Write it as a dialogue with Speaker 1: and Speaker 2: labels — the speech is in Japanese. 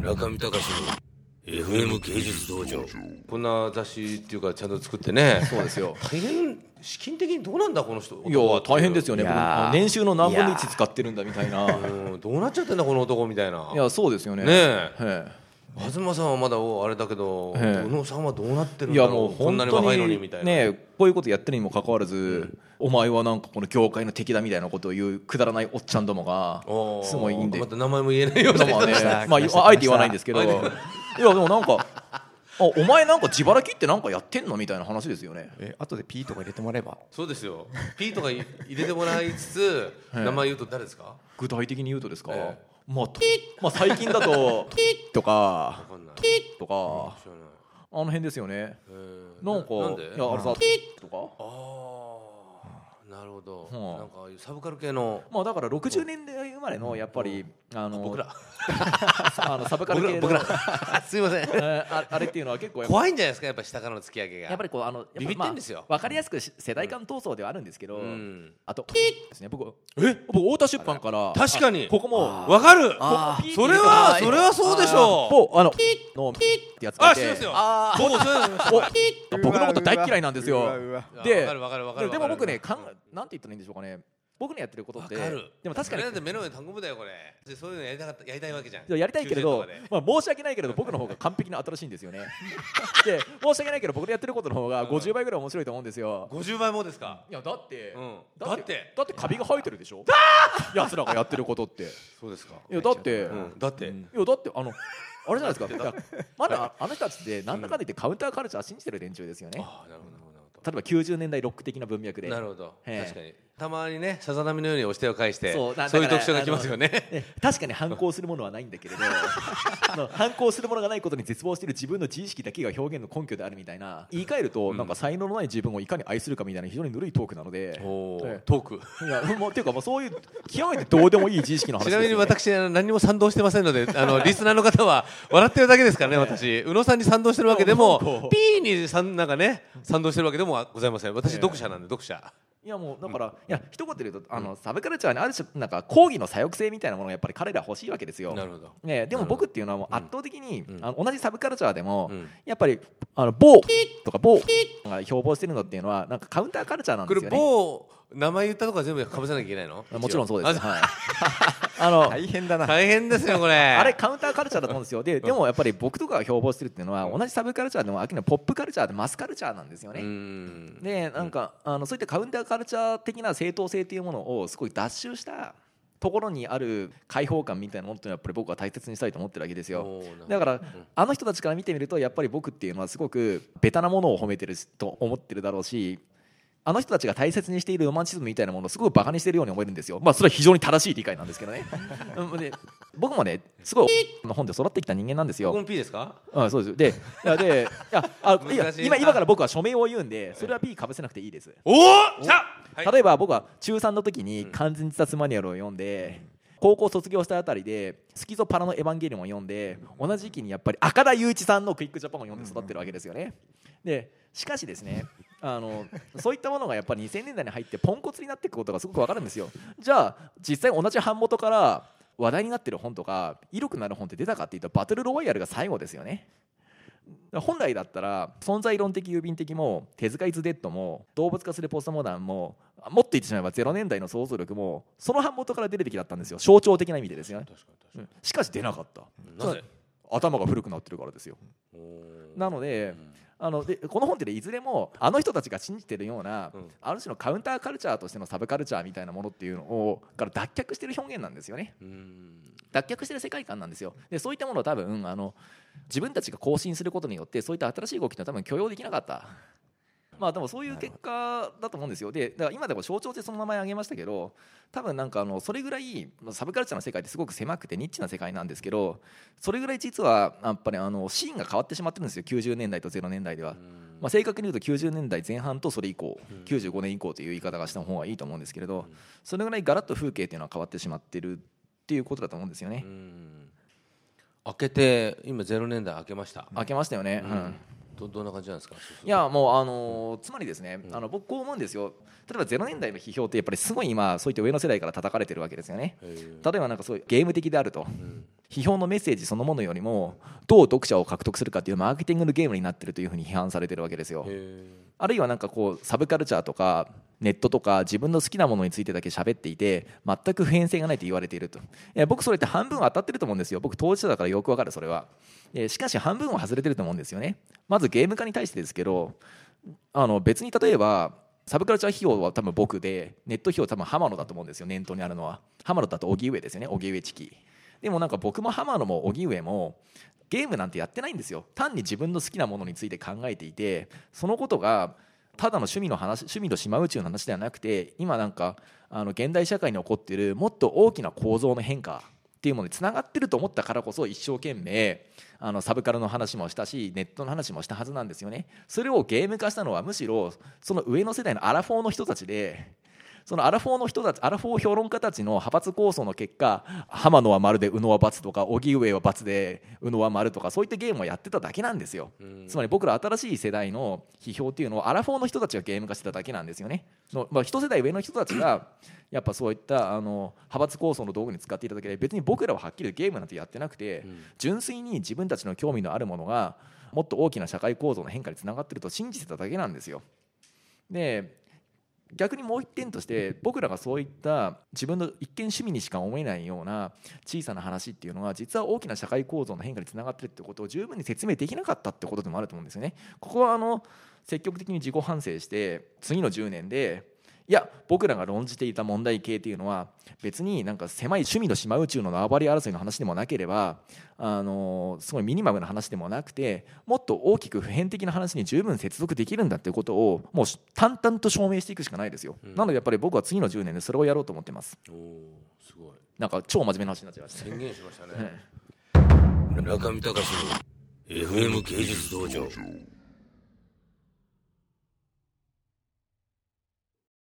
Speaker 1: 中見隆の FM 芸術道場こんな雑誌っていうかちゃんと作ってね
Speaker 2: そうですよ
Speaker 1: 大変資金的にどうなんだこの人
Speaker 2: いや大変ですよね
Speaker 3: いやー
Speaker 2: 年収の何分の1使ってるんだみたいな
Speaker 1: うんどうなっちゃってんだこの男みたいない
Speaker 2: やそうですよね
Speaker 1: ねえ
Speaker 2: え
Speaker 1: 東さんはまだおあれだけど
Speaker 2: ええ
Speaker 1: 宇野さんはどうなってる
Speaker 2: え
Speaker 1: ん
Speaker 2: い
Speaker 1: だ
Speaker 2: や
Speaker 1: ろう
Speaker 2: もう
Speaker 1: こん
Speaker 2: 本
Speaker 1: なに
Speaker 2: 当
Speaker 1: 若いのにみ
Speaker 2: に
Speaker 1: たいな、
Speaker 2: ねこういうことやってるにもかかわらずお前はなんかこの業界の敵だみたいなことを言うくだらないおっちゃんどもが
Speaker 1: おー
Speaker 2: すごいいいんで
Speaker 1: また名前も言えないよう
Speaker 2: ど
Speaker 1: な
Speaker 2: うもね
Speaker 3: 来た、
Speaker 2: ま
Speaker 3: 来ました
Speaker 2: あ、あえて言わないんですけど、い
Speaker 1: 来
Speaker 2: や、
Speaker 1: ま
Speaker 2: でもなんか、あお前なんか自腹切ってなんかやってんのみたいな話ですよね。
Speaker 3: え後でピーとか入れてもらえば
Speaker 1: そうですよ P とか入れてもらいつつ 名前言うと誰ですか
Speaker 2: 具体的に言うとですか、
Speaker 1: え
Speaker 2: まあ、とまあ、最近だと、ピッとか、
Speaker 1: わかんない
Speaker 2: ピッとか、
Speaker 1: 知らない
Speaker 2: あの辺ですよね。
Speaker 1: えー
Speaker 2: なんか、
Speaker 1: なんで
Speaker 2: いや、あれさ、ピッとか。
Speaker 1: ああなるほど、
Speaker 2: はあ
Speaker 1: なんかああいうサブカル系の
Speaker 2: まあ、だから60年代生まれのやっぱり、あの
Speaker 1: 僕ら
Speaker 2: あのサブカル
Speaker 1: 僕
Speaker 2: 系
Speaker 1: ら
Speaker 2: の
Speaker 1: 僕ら すいません
Speaker 2: えーああれっていうのは結構やっぱ
Speaker 1: 怖いんじゃないですかやっぱ下からの突き上げが
Speaker 2: やっぱりこうあのやぱ
Speaker 1: ビビってんですよ
Speaker 2: まあ、分かりやすくし世代間闘争ではあるんですけど、
Speaker 1: うん
Speaker 2: あと、ですね、僕、え僕、太田出版から、
Speaker 1: 確かに
Speaker 2: あここも、
Speaker 1: わかる
Speaker 3: あー
Speaker 1: こそれはそれはそうでしょう
Speaker 2: う、あの、ピッの、ピッってやつが
Speaker 1: あ
Speaker 2: い
Speaker 1: して
Speaker 2: て、
Speaker 1: ますよ
Speaker 3: あ
Speaker 1: 僕そういうの
Speaker 2: お僕のこと大嫌いなんです
Speaker 3: う
Speaker 2: よ
Speaker 3: わ。うわ
Speaker 1: あわ
Speaker 2: で
Speaker 1: かるわかるわかる
Speaker 2: でも僕ね、
Speaker 1: わ
Speaker 2: か
Speaker 1: か
Speaker 2: ん
Speaker 1: る
Speaker 2: なんて言ったらいいんでしょうかね、僕のやってること
Speaker 1: わ
Speaker 2: っ
Speaker 1: か
Speaker 2: て
Speaker 1: る、
Speaker 2: でも確かに
Speaker 1: だっ、て目の上に単語部だよこれでそういうのやりたかったやりたいわけじゃん
Speaker 2: やりたいけれ
Speaker 1: 90
Speaker 2: ど
Speaker 1: とかで、
Speaker 2: まあ、申し訳ないけれど、僕の方が完璧な新しいんですよ ね。で、申し訳ないけど、僕のやってることの方が50倍ぐらい面白いと思うんですよ。
Speaker 1: 50倍もですか
Speaker 2: いやだって、
Speaker 1: うん
Speaker 2: だっ
Speaker 1: だって
Speaker 2: てだってカビが生えてるでし ょやつらがやってることってい
Speaker 1: そうですか
Speaker 2: やだって、
Speaker 1: うんだって
Speaker 2: いやだってあのあれじゃないですかだからまだあの人たちってなんだかんだ言ってカウンターカルチャー信じてる連中ですよね例
Speaker 1: ああなるほどなるほど
Speaker 2: えば90年代ロック的な文脈で
Speaker 1: なるほど
Speaker 2: ええ
Speaker 1: 確かにたまにねさざ波のようにお手を返して
Speaker 2: そうだ
Speaker 1: そういう
Speaker 2: だから
Speaker 1: 特徴がきますよね
Speaker 2: え確かに反抗するものはないんだけ れどあの反抗するものがないことに絶望している自分の自意識だけが表現の根拠であるみたいな言い換えるとなんか才能のない自分をいかに愛するかみたいな非常にぬるいトークなので、
Speaker 1: おー
Speaker 2: ええ
Speaker 1: トーク
Speaker 2: いやもうっていうかもうそういう極めてどうでもいい自意識の
Speaker 1: ち
Speaker 2: 話です
Speaker 1: なみ
Speaker 2: よ、ね、
Speaker 1: に私あの何も賛同してませんのであのリスナーの方は笑ってるだけですからね私宇野さんに賛同してるわけでも
Speaker 2: そう
Speaker 1: P にさんなんかね賛同してるわけでもございません私読者なんで読者
Speaker 2: いやもうだから、いや一言で言うとあのサブカルチャーにある種なんか抗議の左翼性みたいなものがやっぱり彼ら欲しいわけですよ。
Speaker 1: なるほど
Speaker 2: ね、でも僕っていうのはもう圧倒的に、あの同じサブカルチャーでも、
Speaker 1: うん
Speaker 2: やっぱりあの某とか某が標榜してるのっていうのはなんかカウンターカルチャーなん
Speaker 1: こ
Speaker 2: で
Speaker 1: れ
Speaker 2: すよね。
Speaker 1: 某名前言ったとか全部かぶせなきゃいけないの
Speaker 2: もちろんそうで
Speaker 1: あ
Speaker 2: す。はい、あの、
Speaker 3: 大変だな
Speaker 1: 大変ですよこれ
Speaker 2: あれカウンターカルチャーだと思うんですよ。ででもやっぱり僕とかが標榜してるっていうのは同じサブカルチャーでも秋のポップカルチャーでマスカルチャーなんですよね。
Speaker 1: うん
Speaker 2: でなんか、あのそういったカウンターカルチャー的な正当性っていうものをすごい脱臭したところにある開放感みたいなものっていうのはやっぱり僕は大切にしたいと思ってるわけですよ
Speaker 1: おーなるほど
Speaker 2: だから、あの人たちから見てみるとやっぱり僕っていうのはすごくベタなものを褒めてると思ってるだろうしあの人たちが大切にしているロマンチズムみたいなものをすごくバカにしてるように思えるんですよまあそれは非常に正しい理解なんですけ どねうんで僕もねすごいの本で育ってきた人間なんですよ
Speaker 1: ここも P ですか
Speaker 2: うん、そうですで、いや、で、いや、あ、いや
Speaker 1: 難しい
Speaker 2: 今、今から僕は署名を言うんで、それは P かぶせなくていいです。
Speaker 1: おお来たはい
Speaker 2: 例えば、僕は中3の時に完全自殺マニュアルを読んで。高校卒業したあたりで「スキゾパラのエヴァンゲリオン」を読んで同じ時期にやっぱり赤田雄一さんの「クイックジャパン」を読んで育ってるわけですよね。でしかしですねあのそういったものがやっぱり2000年代に入ってポンコツになっていくことがすごくわかるんですよ。じゃあ実際同じ版元から話題になってる本とか威力のある本って出たかっていうとバトルロワイヤルが最後ですよね。本来だったら存在論的郵便的も手塚イズデッドも動物化するポストモダンももっと言ってしまえば0年代の想像力もその版元から出るべきだったんですよ象徴的な意味でですよね
Speaker 1: 確かに確か
Speaker 2: うんしかし出なかった
Speaker 1: になぜ
Speaker 2: 頭が古くなってるからですよ
Speaker 1: おー
Speaker 2: なので
Speaker 1: ん
Speaker 2: あのでこの本ってねいずれもあの人たちが信じてるような
Speaker 1: うん
Speaker 2: ある種のカウンターカルチャーとしてのサブカルチャーみたいなものっていうのをから脱却してる表現なんですよね
Speaker 1: うん
Speaker 2: 脱却してる世界観なんですよでそういったものを多分あの自分たちが更新することによってそういった新しい動きって多分許容できなかったまあでもそういう結果だと思うんですよでだから今でも象徴ってその名前挙げましたけど多分なんかあのそれぐらいまあサブカルチャーの世界ってすごく狭くてニッチな世界なんですけどそれぐらい実はやっぱりあのシーンが変わってしまってるんですよ90年代と0年代では。まあ、正確に言うと90年代前半とそれ以降95年以降という言い方がした方がいいと思うんですけれどそれぐらいガラッと風景っていうのは変わってしまってるっていうことだと思うんですよね
Speaker 1: うん開けて今ゼロ年代開けました
Speaker 2: 開けましたよね、うん
Speaker 1: どどんな感じなんですかそうそう
Speaker 2: いやもうあのーつまりですねあの僕こう思うんですよ例えば0年代の批評ってやっぱりすごい今そういった上の世代から叩かれてるわけですよね
Speaker 1: へー
Speaker 2: 例えばなんかそういうゲーム的であると批評のメッセージそのものよりもどう読者を獲得するかっていうマーケティングのゲームになってるというふうに批判されてるわけですよ。あるいはなんかこうサブカルチャーとかネットとか自分の好きなものについてだけ喋っていて全く普遍性がないと言われているといや僕それって半分当たってると思うんですよ僕当事者だからよくわかるそれはえーしかし半分は外れてると思うんですよねまずゲーム化に対してですけどあの別に例えばサブカルチャー費用は多分僕でネット費用は多分浜野だと思うんですよ念頭にあるのは浜野だと荻上ですよね荻上チキでもなんか僕も浜野も荻上もゲームなんてやってないんですよ単に自分の好きなものについて考えていてそのことがただの趣味の話趣味の島宇宙の話ではなくて今なんかあの現代社会に起こっているもっと大きな構造の変化っていうものにつながってると思ったからこそ一生懸命あのサブカルの話もしたしネットの話もしたはずなんですよねそれをゲーム化したのはむしろその上の世代のアラフォーの人たちでそのアラフォーの人たちアラフォー評論家たちの派閥構想の結果浜野は丸で宇野は×とか荻上は×で宇野は丸とかそういったゲームをやってただけなんですよ、つまり僕ら新しい世代の批評っていうのをアラフォーの人たちがゲーム化してただけなんですよねの、まあ、一世代上の人たちがやっぱそういったあの派閥構想の道具に使っていただけで別に僕らははっきりゲームなんてやってなくて、純粋に自分たちの興味のあるものがもっと大きな社会構造の変化につながってると信じてただけなんですよで逆にもう一点として僕らがそういった自分の一見趣味にしか思えないような小さな話っていうのは実は大きな社会構造の変化につながってるってことを十分に説明できなかったってことでもあると思うんですよね。ここはあの積極的に自己反省して次の10年でいや僕らが論じていた問題系っていうのは別になんか狭い趣味の島宇宙の縄張り争いの話でもなければあのすごいミニマムな話でもなくてもっと大きく普遍的な話に十分接続できるんだっていうことをもうし淡々と証明していくしかないですよ、
Speaker 1: うん
Speaker 2: なのでやっぱり僕は次の10年でそれをやろうと思ってます
Speaker 3: おおすごい
Speaker 2: なんか超真面目な話になっちゃいましたね
Speaker 3: 宣言しましたね
Speaker 2: はい
Speaker 3: 村上隆の FM 芸術道場